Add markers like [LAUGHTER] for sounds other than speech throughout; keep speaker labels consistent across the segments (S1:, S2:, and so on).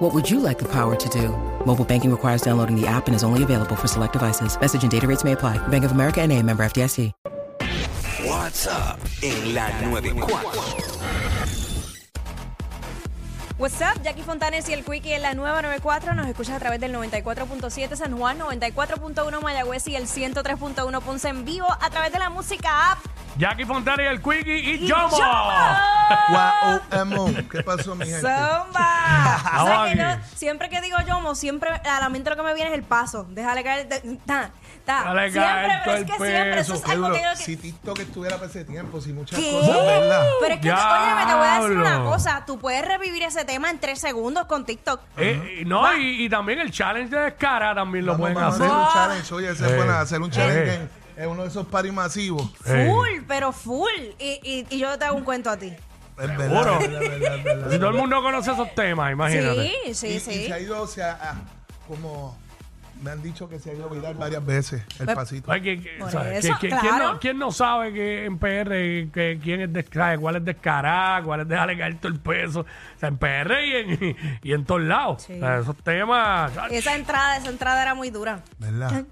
S1: What would you like the power to do? Mobile banking requires downloading the app and is only available for select devices. Message and data rates may apply. Bank of America and a member FDIC.
S2: What's up en la 94.
S3: What's up, Jackie Fontanes y el Quickie en la nueva 94. Nos escuchas a través del 94.7 San Juan, 94.1 Mayagüez y el 103.1 Ponce en vivo a través de la música app.
S4: Jackie Fontana y el Quickie y,
S3: Y
S4: Yomo. Eh,
S3: ¡Yomo!
S5: Guau, ¿Qué pasó, mi gente? [LAUGHS]
S3: ¡Zumba! O sea que
S4: Vamos aquí.
S3: no- siempre que digo Yomo, siempre a la mente lo que me viene es el paso. Déjale caer. de- ta, ta.
S4: Dale
S3: siempre,
S4: caer
S3: pero
S4: todo
S3: es que
S4: el
S3: siempre. Eso
S4: peso,
S3: es
S5: Qué
S3: algo
S5: duro.
S3: que yo. que-
S5: Si TikTok estuviera para ese tiempo, si muchas
S3: ¿Qué?
S5: cosas, ¿verdad?
S3: Pero es que, oye, te voy a decir una
S4: Diablo.
S3: cosa. Tú puedes revivir ese tema en tres segundos con TikTok.
S4: Eh, eh, no, y, y también el challenge de descara también lo
S5: Vamos,
S4: pueden
S5: vamos
S4: hacer.
S5: a hacer un challenge. Oye, ese es
S4: Eh.
S5: bueno, hacer un challenge
S4: Eh.
S5: en, en uno de esos paris masivos.
S4: Eh,
S3: Full, pero full. Y, y- y yo te hago un cuento a ti.
S5: Es verdad,
S4: Seguro.
S5: es verdad, es verdad, es verdad.
S4: si todo el mundo conoce esos temas, imagínate.
S3: Sí,
S5: Y-
S3: sí,
S5: y
S3: sí.
S5: se ha ido, o sea, ah, como me han dicho que se ha ido a virar varias veces el
S3: Pues-
S5: pasito.
S4: Ay, que- que-
S3: Por
S4: ¿sabes?
S3: eso,
S4: Que- que- ¿quién,
S3: claro.
S4: no, quién no sabe que en PR que quién es descarada, cuál es descarada, cuál es dejarle caer todo el peso? O sea, en PR y en, [LAUGHS] y en todos lados.
S3: Sí. Eh,
S4: O sea, esos temas.
S3: Esa entrada, esa entrada era muy dura.
S5: ¿Verdad?
S3: Ay,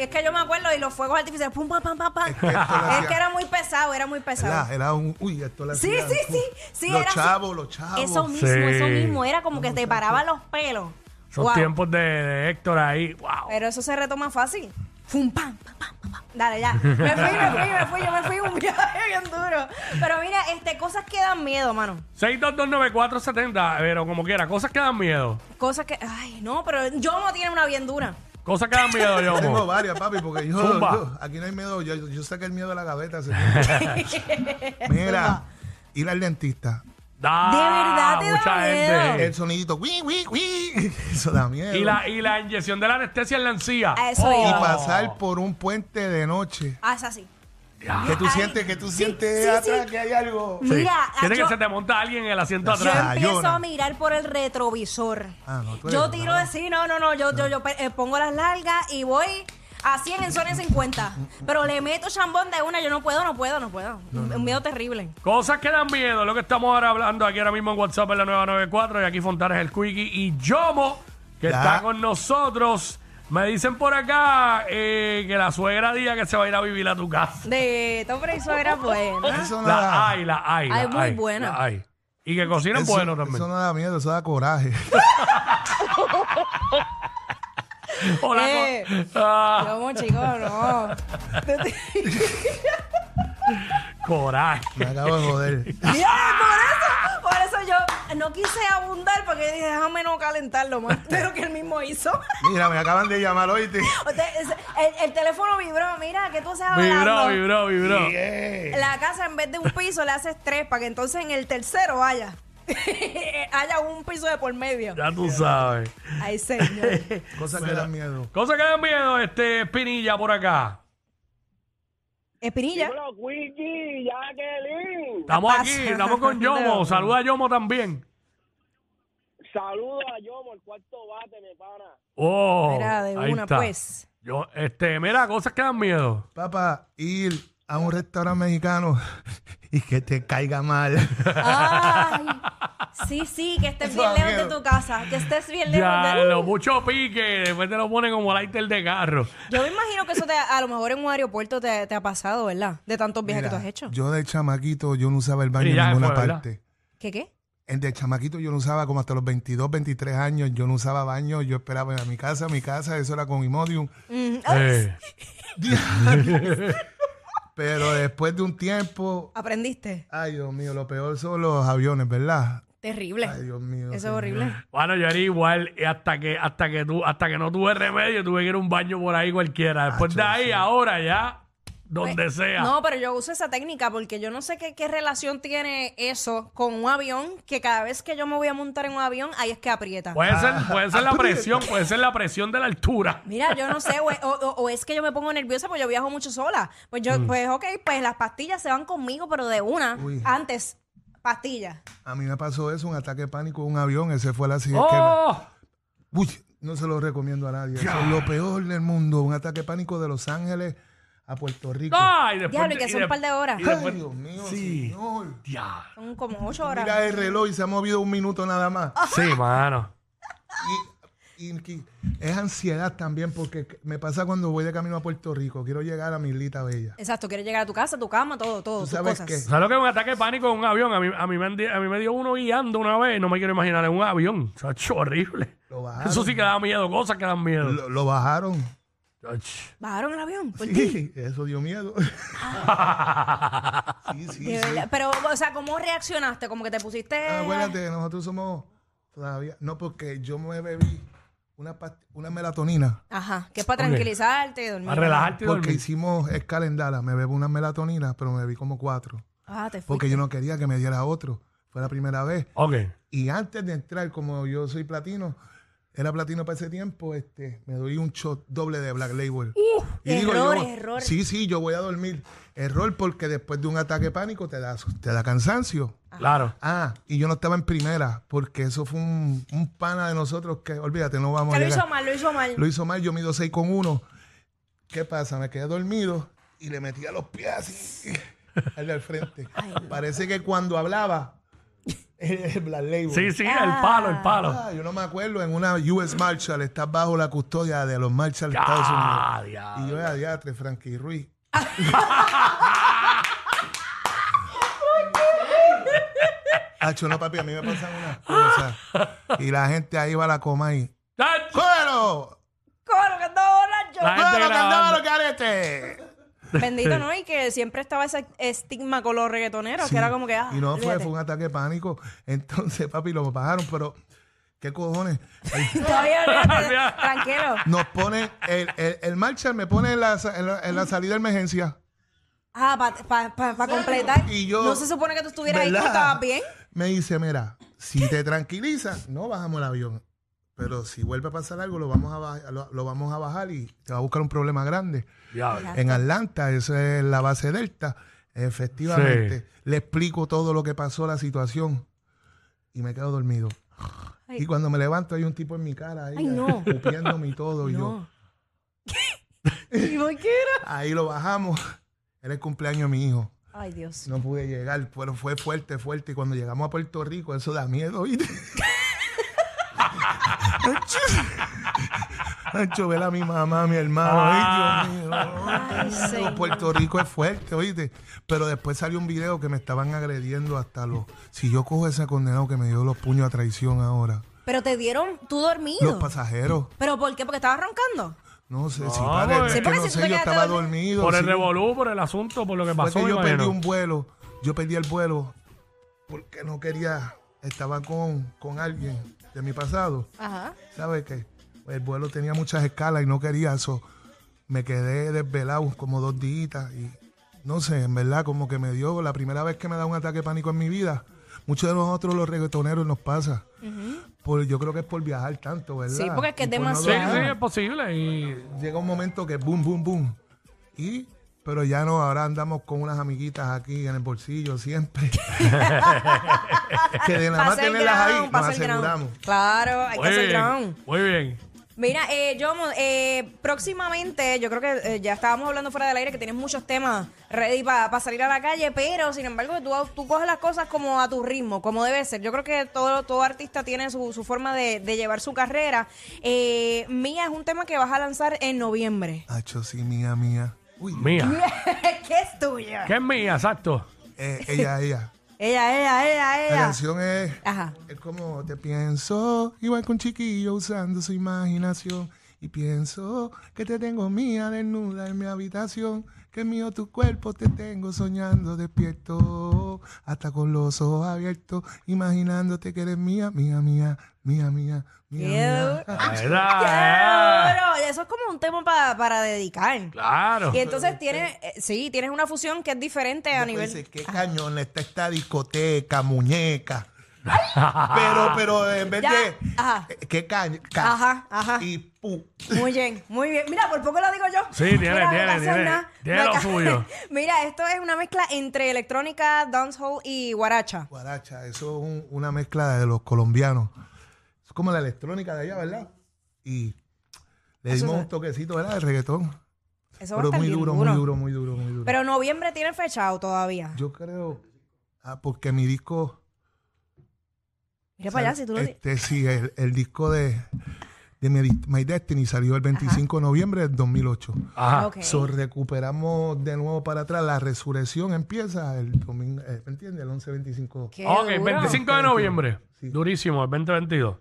S3: Es que yo me acuerdo y los fuegos artificiales, pum, pam, pam, pam, pam.
S5: Es que esto lo
S3: Es que
S5: hacía-
S3: era muy pesado, era muy pesado.
S5: ¿Verdad? Era un. Uy, esto la
S3: Sí,
S5: hacían,
S3: sí,
S5: fu-
S3: sí, sí,
S5: Los
S3: era así.
S5: chavos, los chavos.
S3: Eso mismo, eso
S4: Sí.
S3: mismo. Era como que te paraba los pelos.
S4: Esos
S3: Wow.
S4: tiempos de, de Héctor ahí. ¡Wow!
S3: Pero eso se retoma fácil. Fum, pam, pam, pam, pam, pam. Dale, ya. Me fui, me fui, me fui. Yo me fui un viaje bien duro. Pero mira, este, cosas que dan miedo, mano.
S4: 6229470, pero como quiera, cosas que dan miedo.
S3: Cosas que. Ay, no, pero yo no tiene una bien dura.
S4: Cosas que dan miedo,
S5: [LAUGHS]
S4: yo.
S5: Tengo varias, papi, porque yo,
S4: Zumba.
S5: yo- aquí no hay miedo. Yo, yo saqué el miedo de la gaveta. hace tiempo.
S3: [LAUGHS]
S5: Mira, ir al dentista.
S3: verdad
S4: Ah,
S3: te da miedo.
S5: El sonidito, wi, wi, wi. [LAUGHS] Eso da miedo.
S4: Y la, y la inyección de la anestesia en la encía. Oh.
S3: A Ah, eso
S5: Y
S3: iba.
S5: pasar por un puente de noche.
S3: Ah, es así.
S5: Que tú
S3: Ay,
S5: sientes, que tú
S3: sí,
S5: sientes
S3: sí,
S5: atrás
S3: sí.
S5: que hay algo.
S4: Sí.
S3: Mira, ah,
S4: Tiene
S3: yo-
S4: que se te monta alguien en el asiento
S5: Yo-
S4: atrás.
S3: Yo empiezo
S5: Rayona.
S3: a mirar por el retrovisor.
S5: Ah, no, tú eres Ah.
S3: yo tiro
S5: bravo.
S3: así, no, no, no, yo, yo, yo pe- eh, pongo las largas y voy a 100 en zona en 50. Pero le meto chambón de una, yo no puedo, no puedo, no puedo. un un miedo terrible.
S4: Cosas que dan miedo, lo que estamos ahora hablando aquí ahora mismo en WhatsApp en la 994. Y aquí Fontanes el Quickie y Yomo, que
S5: Ya.
S4: está con nosotros. Me dicen por acá eh, que la suegra diga que se va a ir a vivir a tu casa.
S3: De todo eso era bueno.
S5: Eso no
S4: La
S5: da,
S4: hay, la hay.
S3: Ay,
S4: la
S3: muy
S4: hay,
S3: buena.
S4: la hay. Y que cocinan
S5: eso-
S4: bueno también.
S5: eso no da miedo, eso da coraje. [LAUGHS]
S4: O la co-
S3: Eh.
S4: Ah,
S3: Vamos, chicos,
S5: [LAUGHS]
S3: no. [LAUGHS]
S4: coraje.
S5: Me acabo de joder.
S3: Ya, por eso, por eso yo no quise abundar porque dije, déjame no calentarlo más de lo que él mismo hizo. [LAUGHS]
S5: Mira, me acaban de llamar, oíste.
S3: O sea, es- El, el teléfono vibró, mira, que tú haces
S4: Vibró,
S3: hablando?
S4: vibró, vibró.
S5: eh.
S3: La casa en vez de un piso le haces tres para que entonces en el tercero haya, [LAUGHS] haya un piso de por medio.
S4: Ya tú sabes.
S3: Ay, señor.
S5: Cosas que dan miedo.
S4: Cosas que dan miedo, este, Pinilla por acá.
S3: Espinilla.
S6: Dímelo, Quickie, Jacqueline.
S4: Estamos
S3: Pasa.
S4: aquí, estamos
S3: [LAUGHS]
S4: con Yomo. Saluda a Yomo también.
S6: Saludos a Yomo, el cuarto bate, mi pana.
S4: Oh,
S3: Mira, de
S4: ahí
S3: una,
S4: está.
S3: pues.
S4: Yo, este, mira, cosas que dan miedo.
S5: Papá, ir a un restaurante mexicano [LAUGHS] y que te caiga mal.
S3: Ay, [LAUGHS] sí, sí, que estés
S5: Eso
S3: bien
S5: da
S3: lejos de
S5: miedo.
S3: tu casa. Que estés bien lejos
S4: Ya,
S3: de
S4: lo mucho pique, después te lo ponen como lighter de carro.
S3: Yo me imagino que eso te- a lo mejor en un aeropuerto te, te ha pasado, ¿verdad? De tantos viajes
S5: Mira,
S3: que tú has hecho.
S5: Yo de chamaquito, yo no usaba el baño
S4: Y
S5: en
S4: ya
S5: ninguna
S4: fue, ¿verdad?
S5: parte.
S3: ¿Qué qué?
S5: El de chamaquito yo no usaba como hasta los 22, 23 años. Yo no usaba baño, yo esperaba a mi casa, a mi casa, eso era con
S3: [LAUGHS]
S5: Imodium.
S3: Mm,
S4: Eh,
S5: Pero después de un tiempo,
S3: Aprendiste.
S5: ay Dios mío, lo peor son los aviones, ¿verdad?
S3: Terrible.
S5: Ay Dios mío.
S3: eso es
S5: señor.
S3: horrible.
S4: bueno, yo era igual eh, hasta que, hasta que tú, hasta que no tuve remedio, tuve que ir a un baño por ahí cualquiera. Después de ahí, ahora ya, donde sea.
S3: Pues, No, pero yo uso esa técnica porque yo no sé qué, qué relación tiene eso con un avión, que cada vez que yo me voy a montar en un avión, ahí es que aprieta.
S4: Puede ser, puede ser la presión, puede ser la presión de la altura.
S3: Mira, yo no sé, o, o- o es que yo me pongo nerviosa porque yo viajo mucho sola. Pues yo, pues ok, pues las pastillas se van conmigo, pero de una,
S5: Mm. Uy.
S3: antes, pastillas.
S5: A mí me pasó eso, un ataque de pánico en un avión. Ese fue la siguiente.
S4: ¡Oh!
S5: Uy, no se lo recomiendo a nadie. Eso es lo peor del mundo. Un ataque de pánico de Los Ángeles a Puerto Rico.
S4: ¡Ay! Después,
S3: Diablo, y
S4: de-
S3: que son
S4: de-
S3: un par de horas.
S4: y
S5: Ay,
S4: después-
S5: Dios mío,
S4: Sí.
S5: señor.
S4: Ya.
S3: Son como ocho horas.
S5: Mira el reloj y se ha movido un minuto nada más.
S4: Sí, mano.
S5: Y, y- y es ansiedad también porque me pasa cuando voy de camino a Puerto Rico. Quiero llegar a mi islita bella.
S3: Exacto, quieres llegar a tu casa, tu cama, todo, todo,
S5: ¿Tú
S3: tus
S5: sabes
S3: cosas.
S5: qué?
S4: ¿Sabes lo que es un ataque de pánico en un avión? A mí, a mí me, han di- a mí me dio uno guiando una vez, no me quiero imaginar, en un avión. Chacho, horrible.
S5: Lo bajaron.
S4: Eso sí que da miedo, cosas que dan miedo.
S5: Lo, lo bajaron.
S4: Chacho.
S3: Bajaron el avión. por ti.
S5: Sí, eso
S4: [LAUGHS]
S5: dio miedo. sí, sí,
S3: De
S5: sí. Ah,
S3: verdad. Pero, o sea, ¿cómo reaccionaste? Como que te pusiste.
S5: Acuérdate, nosotros somos todavía. No, porque yo me bebí una, past- una melatonina.
S3: Ajá, que es para tranquilizarte y dormir.
S4: A relajarte y
S5: Porque
S4: dormir.
S5: hicimos escala en Dallas. Me bebo una melatonina, pero me bebí como cuatro.
S3: Ah, te fuiste.
S5: Porque yo no quería que me diera otro. Fue la primera vez.
S4: Ok.
S5: Y antes de entrar, como yo soy platino, era platino para ese tiempo, este, me doy un shot doble de Black Label.
S3: error,
S5: yo,
S3: error.
S5: Sí, sí, yo voy a dormir. Error porque después de un ataque pánico te da, te da cansancio.
S4: Claro.
S5: Ah, y yo no estaba en primera, porque eso fue un, un pana de nosotros que, olvídate, no vamos
S3: Que
S5: a
S3: lo
S5: llegar.
S3: hizo mal, lo hizo mal.
S5: Lo hizo mal, yo mido 6 con 1. ¿Qué pasa? Me quedé dormido y le metía los pies así al del frente. Parece que cuando hablaba, [LAUGHS] el Black Label.
S4: Sí, sí, el palo, el palo.
S5: Ah, yo no me acuerdo, en una US Marshall, estás bajo la custodia de los Marshall de Estados Unidos.
S4: Ah, diablo.
S5: Y yo era diatre, Frankie
S4: [LAUGHS]
S5: Ruiz. Hacho, no, papi, a mí me pasan unas cosas. Y la gente ahí va a la coma y...
S4: Chacho.
S5: ¡Cógelo!
S3: Coro, que andaba borracho.
S4: La gente
S5: ¡Cógelo, que este". andaba
S4: grabando.
S5: los caretes!
S3: Bendito, ¿no? Y que siempre estaba ese estigma con los reggaetoneros, que era como que. Ah,
S5: y no fue,
S3: olvídate.
S5: fue un ataque de pánico. Entonces, papi, lo bajaron, pero... ¿Qué cojones?
S3: [LAUGHS] Todavía, olvídate, tranquilo.
S5: Nos pone... El, el, el Marshall me pone en la, sa- en la, en la salida de emergencia.
S3: Ah, para pa, pa- pa completar.
S5: Y yo-
S3: no se supone que tú estuvieras ahí, tú
S5: ¿Verdad?
S3: estabas
S5: [LAUGHS]
S3: bien.
S5: Me dice, mira, si te tranquilizas, no bajamos el avión. Pero si vuelve a pasar algo, lo vamos a, ba- lo, lo vamos a bajar y te va a buscar un problema grande.
S4: Diablo.
S5: En Atlanta, esa es la base Delta. Efectivamente, le explico todo lo que pasó, la situación, y me quedo dormido.
S3: Ay.
S5: Y cuando me levanto hay un tipo en mi cara ahí,
S3: Ay, no.
S5: escupiéndome y todo. Y yo,
S3: ¿Y por qué era?
S5: ahí lo bajamos. [LAUGHS] Era el cumpleaños de mi hijo.
S3: Ay, Dios.
S5: No pude llegar, pero fue fuerte, fuerte. Y cuando llegamos a Puerto Rico, eso da miedo. ¿oíste? Ancho, [LAUGHS] Ancho, ver a mi mamá, a mi hermano. Ay, Dios mío.
S3: Ay, señor.
S5: Puerto Rico es fuerte, oíste. Pero después salió un video que me estaban agrediendo hasta los. Si yo cojo ese condenado que me dio los puños a traición ahora.
S3: Pero te dieron tú
S5: Los
S3: dormido.
S5: pasajeros.
S3: ¿Pero por qué? ¿Porque estabas roncando?
S5: No sé si
S4: No,
S5: padre,
S4: porque-
S5: es que
S3: Sí, porque
S5: no
S3: si tú
S5: sé,
S3: te
S5: yo
S3: quedaste
S5: estaba
S3: dormido.
S5: dormido.
S4: Por el
S5: sí.
S4: revolú, por el asunto, por lo que pasó.
S5: Fue que
S4: me
S5: yo perdí
S4: imagino.
S5: un vuelo, yo perdí el vuelo porque no quería, estaba con, con alguien de mi pasado,
S3: Ajá.
S5: ¿sabes qué? El vuelo tenía muchas escalas y no quería eso. Me quedé desvelado como dos días y no sé, en verdad como que me dio la primera vez que me da un ataque de pánico en mi vida. Muchos de nosotros los reggaetoneros nos pasa. por, yo creo que es por viajar tanto, ¿verdad?
S3: Sí, porque es que
S5: Y
S3: es
S5: por no
S4: Sí,
S3: demasiado.
S4: sí,
S5: dormir
S4: es posible. Y
S5: llega un momento que boom, boom, boom. Y, pero ya no, ahora andamos con unas amiguitas aquí en el bolsillo
S3: [LAUGHS]
S5: siempre. que de nada más
S3: Pasa el
S5: tenerlas ahí,
S3: Ah, ground,
S5: nos
S3: pasa el ground.
S5: aseguramos.
S3: Claro, hay que
S4: muy
S3: hacer
S4: bien.
S3: ground.
S4: Muy bien.
S3: Mira, eh, Yomo, eh, próximamente, yo creo que eh, ya estábamos hablando fuera del aire que tienes muchos temas ready para salir a la calle, pero sin embargo tú, tú coges las cosas como a tu ritmo, como debe ser. Yo creo que todo, todo artista tiene su, su forma de, de llevar su carrera. Eh, Mía es un tema que vas a lanzar en noviembre.
S5: Hacho, sí, mía, mía. Uy,
S4: Mía.
S3: ¿Qué es tuya?
S4: ¿Qué es mía? Exacto.
S5: eh, ella, ella.
S3: Ella, ella, ella,
S5: La
S3: ella.
S5: canción es,
S3: Ajá.
S5: es como te pienso, igual que un chiquillo usando su imaginación. Y pienso que te tengo mía desnuda en mi habitación. que mío tu cuerpo te tengo soñando despierto, hasta con los ojos abiertos, imaginándote que eres mía, mía, mía, mía, mía, mía. mía.
S4: Era, era.
S3: Claro, eso es como un tema pa- para dedicar.
S4: Claro.
S3: Y entonces tienes, eh, sí, tienes una fusión que es diferente a
S5: Yo pensé,
S3: nivel.
S5: qué cañón está esta discoteca, muñeca. pero, pero en vez
S3: Ya,
S5: de.
S3: ajá.
S5: eh, Qué cañón.
S3: Ajá, ajá.
S5: Y pu.
S3: Muy bien, muy bien. Mira, por poco lo digo yo.
S4: Sí, tiene,
S3: Mira,
S4: tiene,
S3: no pasa
S4: tiene.
S3: nada.
S4: Tiene lo
S3: Me ca-
S4: suyo.
S3: [LAUGHS] Mira, esto es una mezcla entre electrónica, dancehall y guaracha.
S5: Guaracha, eso es un- una mezcla de los colombianos. Es como la electrónica de allá, ¿verdad? Y le dimos un toquecito, ¿verdad? De reggaetón.
S3: Eso va a
S5: Pero
S3: estar
S5: muy
S3: bien
S5: duro, muy duro, muy duro, muy duro.
S3: Pero noviembre tiene fechado todavía.
S5: Yo creo. Ah, porque mi disco.
S3: Mira para allá, si tú lo dices.
S5: Este sí, el, el disco de, de mi- My Destiny salió el 25 de noviembre del 2008.
S4: Ajá.
S3: Ok.
S5: So, recuperamos de nuevo para atrás. La resurrección empieza el domingo, eh, ¿me entiendes? El 11-25.
S3: Qué
S4: Ok,
S3: duro.
S4: 25 de noviembre. Durísimo, el 2022.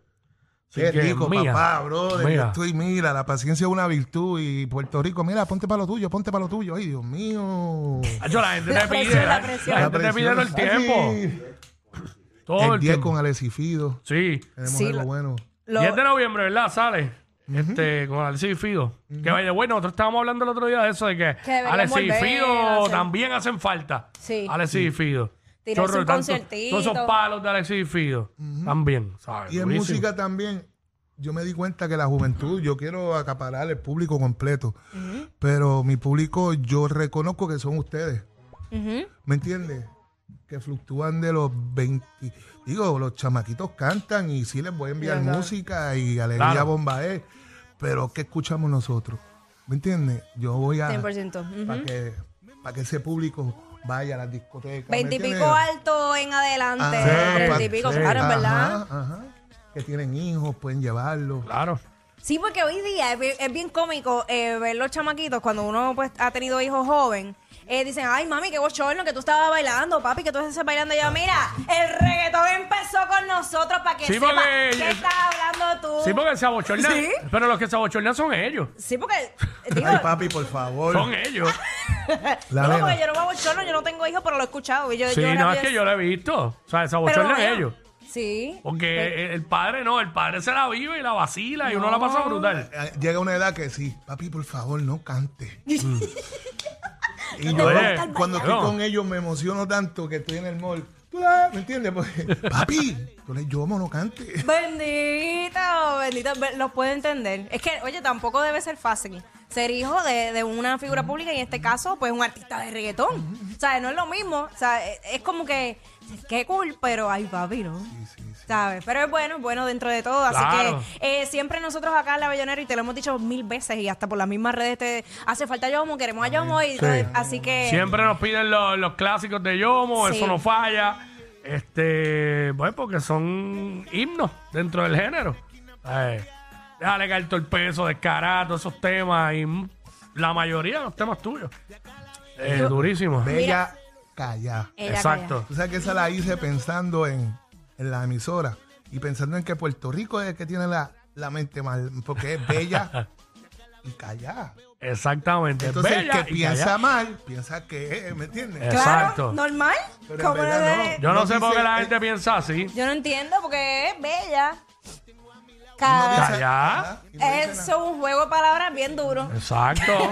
S4: Así
S5: Qué
S4: que,
S5: rico,
S4: mía,
S5: papá, brother.
S4: mía.
S5: Yo estoy, mira, la paciencia es una virtud. Y Puerto Rico, mira, ponte para lo tuyo, ponte para lo tuyo. Ay, Dios mío.
S4: Acho, la gente
S3: [LAUGHS] La
S4: te pide.
S3: presión, la
S4: la
S3: presión.
S4: gente te pide todo el tiempo.
S5: Ay,
S4: Todo
S5: el
S4: el
S5: 10
S4: tiempo.
S5: con Alexis Fido.
S4: Sí.
S5: Tenemos
S3: Sí,
S5: algo
S3: lo-
S5: bueno.
S3: Lo-
S4: 10 de noviembre, ¿verdad? Sale. Este, con Alexis y Fido. Que vaya, bueno, nosotros estábamos hablando el otro día de eso, de que,
S3: Que deberían
S4: Alexis y
S3: volver a
S4: Fido
S3: hacer-
S4: también hacen falta.
S3: Sí.
S4: Alexis y Fido.
S3: Tirarse
S4: Chorro de
S3: un
S4: tanto-
S3: conciertito.
S4: Todos esos palos de Alexis y Fido. También, ¿sabes?
S5: Y en
S4: Durísimo.
S5: música también, yo me di cuenta que la juventud, yo quiero acaparar el público completo, pero mi público yo reconozco que son ustedes,
S3: Ujú.
S5: ¿me entiendes? Que fluctúan de los 20, digo, los chamaquitos cantan y sí les voy a enviar música y alegría
S4: Claro.
S5: bomba es, pero ¿qué escuchamos nosotros? ¿Me entiendes? Yo voy a...
S3: 100%. ujú.
S5: Para que, pa' que ese público vaya a las discotecas. ¿me
S3: Veintipico
S5: entiendes?
S3: alto en adelante.
S5: Ajá, Ah, pa-
S3: Veintipico,
S5: sí,
S3: claro, en
S5: ajá,
S3: verdad.
S5: ajá. Que tienen hijos, pueden llevarlos.
S4: Claro.
S3: Sí, porque hoy día es bien, es bien cómico eh, ver los chamaquitos cuando uno pues ha tenido hijos joven. eh, dicen, ay mami, qué bochorno que tú estabas bailando, papi, que tú estás bailando. Y yo, mira, el reggaetón empezó con nosotros para que
S4: Sí,
S3: sepa
S4: porque-
S3: qué estás hablando tú.
S4: Sí, porque se abochornan.
S3: Sí.
S4: Pero los que se abochornan son ellos.
S3: Sí, porque, digo,
S5: [LAUGHS] Ay, papi, por favor.
S4: Son
S5: [LAUGHS]
S4: ellos.
S5: La
S3: no,
S5: nena.
S3: porque yo no me abochorno, yo no tengo hijos, pero lo he escuchado. Y yo,
S4: Sí,
S3: yo
S4: no,
S3: rápido-
S4: es que yo lo he visto. O sea,
S3: pero
S4: se
S3: lo
S4: abochornan
S3: veo.
S4: ellos.
S3: Sí.
S4: Porque el- el padre no, el padre se la vive y la vacila y uno la pasa brutal.
S5: Eh, Llega una edad que sí, papi, por favor, no
S3: [LAUGHS]
S5: cante. y yo
S4: Oye,
S5: cuando estoy
S4: no.
S5: con ellos me emociono tanto que estoy en el mall. Tú la- ¿Me entiendes? Pues, [LAUGHS] papi, tú le yo no cante. [LAUGHS]
S3: Bendito, bendito, be- los puedo entender. Es que, oye, tampoco debe ser fácil ser hijo de, de una figura pública, y en este caso, pues un artista de reggaetón. O sea, no es lo mismo. O sea, e- es como que, qué cool, pero ay, papi, ¿no? ¿Sabes? Pero es bueno, es bueno dentro de todo. Así
S4: Claro.
S3: que eh, siempre nosotros acá en La Bellonera, y te lo hemos dicho mil veces, y hasta por las mismas redes, te hace falta Yomo, queremos a Yomo, y todo- así que...
S4: Siempre nos piden los, los clásicos de Yomo,
S3: Sí.
S4: eso no falla. Este, bueno, porque son himnos dentro del género. Eh, déjale caer todo el peso, descarado, todos esos temas y mm, la mayoría de los temas tuyos. Eh, durísimo.
S5: Bella, calla.
S3: Ella
S4: Exacto.
S5: Tú sabes que esa la hice pensando en, en la emisora y pensando en que Puerto Rico es el que tiene la, la mente mal, porque
S4: [LAUGHS]
S5: es bella y callada.
S4: Exactamente.
S5: Entonces,
S4: Bella
S5: el que
S4: y
S5: piensa
S4: callada.
S5: mal, piensa que es, ¿me entiendes?
S4: Eh,
S3: calla.
S4: Exacto.
S3: Claro, normal.
S5: Pero en
S3: como
S5: verdad
S3: debe-
S5: no.
S4: Yo no
S5: nos
S4: sé por
S5: dice
S4: qué la
S5: el-
S4: gente piensa así.
S3: Yo no entiendo porque es bella.
S5: Uno
S3: Cada...
S5: piensa,
S4: Callada.
S5: ajá, y no dice
S3: Eso
S5: nada.
S3: es un juego de palabras bien duro.
S4: Exacto.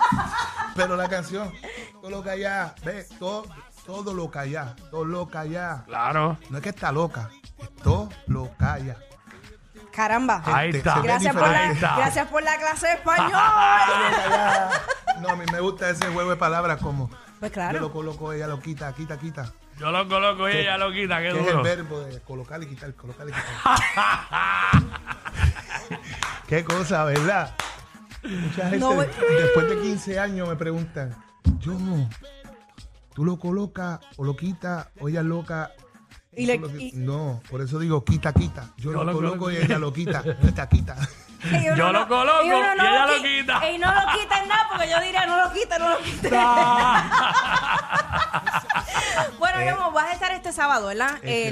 S3: [LAUGHS]
S5: Pero la canción, todo lo que allá, ve, todo, todo lo que allá, todo lo que allá.
S4: claro.
S5: No es que está loca, es todo lo que allá.
S3: Caramba.
S4: Ahí
S5: Gente,
S4: está.
S5: se ve
S3: Gracias por,
S4: Ahí
S3: la,
S4: está.
S3: gracias por la clase de
S5: [LAUGHS]
S3: español.
S5: Todo lo que allá. No, a mí me gusta ese juego de palabras como
S3: Pues
S5: yo lo
S3: claro.
S5: coloco, ella lo quita, quita, quita.
S4: Yo lo coloco y ella lo quita, qué
S5: Que es el
S4: duro.
S5: verbo de colocar y quitar, colocar y quitar. [LAUGHS] Qué cosa, ¿verdad? Mucha gente
S3: No, güey.
S5: después de 15 años me preguntan, yo no, tú lo colocas o lo quitas o ella es loca.
S3: Y le-
S5: Yo lo-
S3: y-
S5: No, por eso digo quita, quita. Yo, lo, coloco, y ella lo [LAUGHS] quita, quita, quita.
S3: y uno
S4: Yo lo coloco
S3: uno
S4: y ella
S3: qui-
S4: lo quita.
S3: Y no lo quita
S5: [LAUGHS]
S3: en nada porque yo diría no lo quita, no lo quita. [LAUGHS]
S4: Ah,
S3: Bueno, Bueno,
S5: Eh.
S3: Yomo, vas a estar este sábado, ¿verdad?
S5: Este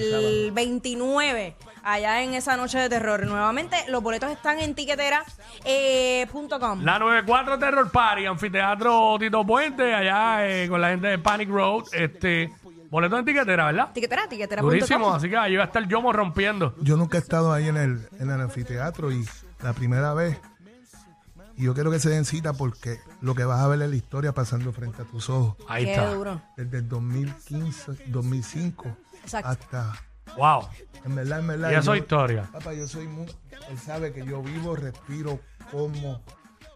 S3: el 29, allá en esa noche de terror. Nuevamente, los boletos están en eh, tiquetera.com.
S4: [LAUGHS] La 94 Terror Party, anfiteatro Tito Puente, allá eh, con la gente de Panic Road. Este, boleto en tiquetera, ¿verdad?
S3: tiquetera, tiquetera.com.
S4: Durísimo, así que ahí va a estar Yomo rompiendo.
S5: Yo nunca he estado ahí en el, en el anfiteatro y la primera vez. Y yo quiero que se den cita porque lo que vas a ver es la historia pasando frente a tus ojos.
S4: Ahí
S3: Qué
S4: está.
S3: duro.
S5: Desde el 2015, 2005
S3: Exacto.
S5: hasta.
S4: Wow.
S5: En verdad, en verdad.
S4: Y eso
S5: yo-
S4: es historia.
S5: Papá, yo soy. mu- Él sabe que yo vivo, respiro, como.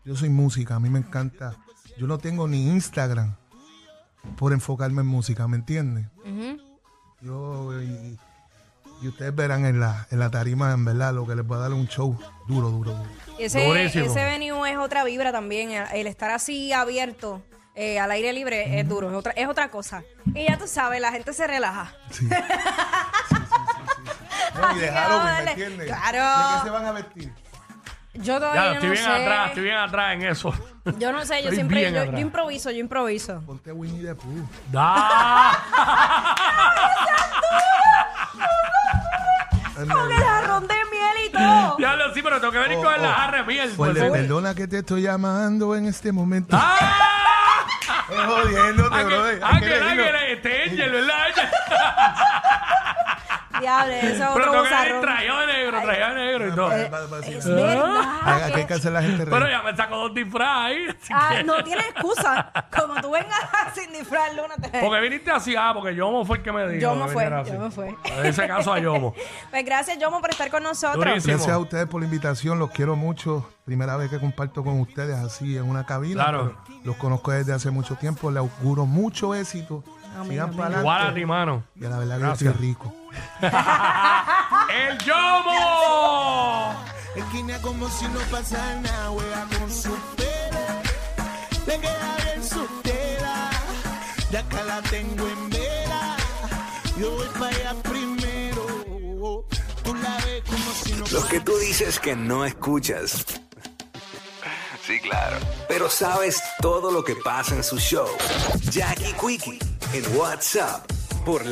S5: Yo soy música, a mí me encanta. Yo no tengo ni Instagram por enfocarme en música, ¿me entiendes? Yo. Y, y ustedes verán en la, en la tarima, en verdad, lo que les va a dar un show duro, duro, duro.
S3: Ese,
S4: Durísimo.
S3: ese venue es otra vibra también. El, el estar así abierto, eh, al aire libre, es duro. Es otra, es otra cosa. Y ya tú sabes, la gente se relaja.
S5: Sí. [LAUGHS] Sí,
S3: [LAUGHS] Así
S5: sí, sí, sí, sí. No, y de
S3: que
S5: Halloween,
S3: vamos a
S5: ¿me
S3: darle.
S5: entiendes?
S3: Claro.
S5: ¿De qué se van a vestir?
S3: Yo
S4: Ya,
S3: todavía
S4: estoy
S3: no
S4: bien
S3: sé.
S4: atrás, estoy bien atrás en eso. [LAUGHS]
S3: Yo no sé, yo
S4: Estoy
S3: siempre
S4: bien
S3: yo,
S4: atrás.
S3: yo improviso, yo
S4: [LAUGHS]
S3: improviso.
S5: Ponte Winnie the Pooh.
S4: Da.
S5: En
S3: Con el
S5: verdad.
S3: jarrón de miel y todo. [LAUGHS]
S4: ya lo sí, pero tengo que venir
S5: Oh,
S4: con la
S5: oh.
S4: jarra de miel.
S5: Pues le
S4: entonces.
S5: perdona que te estoy llamando en este momento.
S4: ¡Ah!
S5: Estoy jodiéndote,
S4: Ángel,
S5: brother. Hay que
S4: Ángel,
S5: leerlo.
S4: Ángel, este Ángel, ¿verdad? Ángel?
S3: Diablo, eso es
S4: Pero
S3: otro
S4: tengo que venir
S3: bozarrón.
S4: traído de negro, traído de negro y todo.
S3: Eh,
S5: Vale, vale, vale, sí,
S3: Es
S5: vale.
S4: Ah,
S5: Hay-
S3: verdad.
S5: hay que hacer la gente reír.
S4: Pero eh, ya me sacó dos disfraz ahí.
S3: [LAUGHS]
S4: así
S3: Ah,
S4: que-
S3: no tiene excusa. Como tú vengas [LAUGHS] sin disfraz, Luna, te...
S4: [LAUGHS] Porque viniste así, ah, porque Yomo fue el que me dijo.
S3: Yomo
S4: que
S3: fue,
S4: viniera así.
S3: Yomo fue.
S4: En ese caso a Yomo.
S3: Pues gracias, Yomo, por estar con nosotros.
S4: Durísimo.
S5: Gracias a ustedes por la invitación, los quiero mucho. Primera vez que comparto con ustedes así en una cabina.
S4: Claro.
S5: pero Los conozco desde hace mucho tiempo, les auguro mucho éxito. Sigan para
S4: Igual a
S5: adelante.
S4: ti, mano.
S5: Y a la verdad que
S4: Gracias.
S5: yo estoy rico.
S4: ¡El Yomo!
S7: Esquina como si no pasara nada, juega con su pera. Le queda bien su tela, ya acá la tengo en vela. Yo voy para allá primero. Tú la ves como si no
S2: Los que tú dices que no escuchas. Sí, claro. Pero sabes todo lo que pasa en su show. Jackie Quickie en WhatsApp por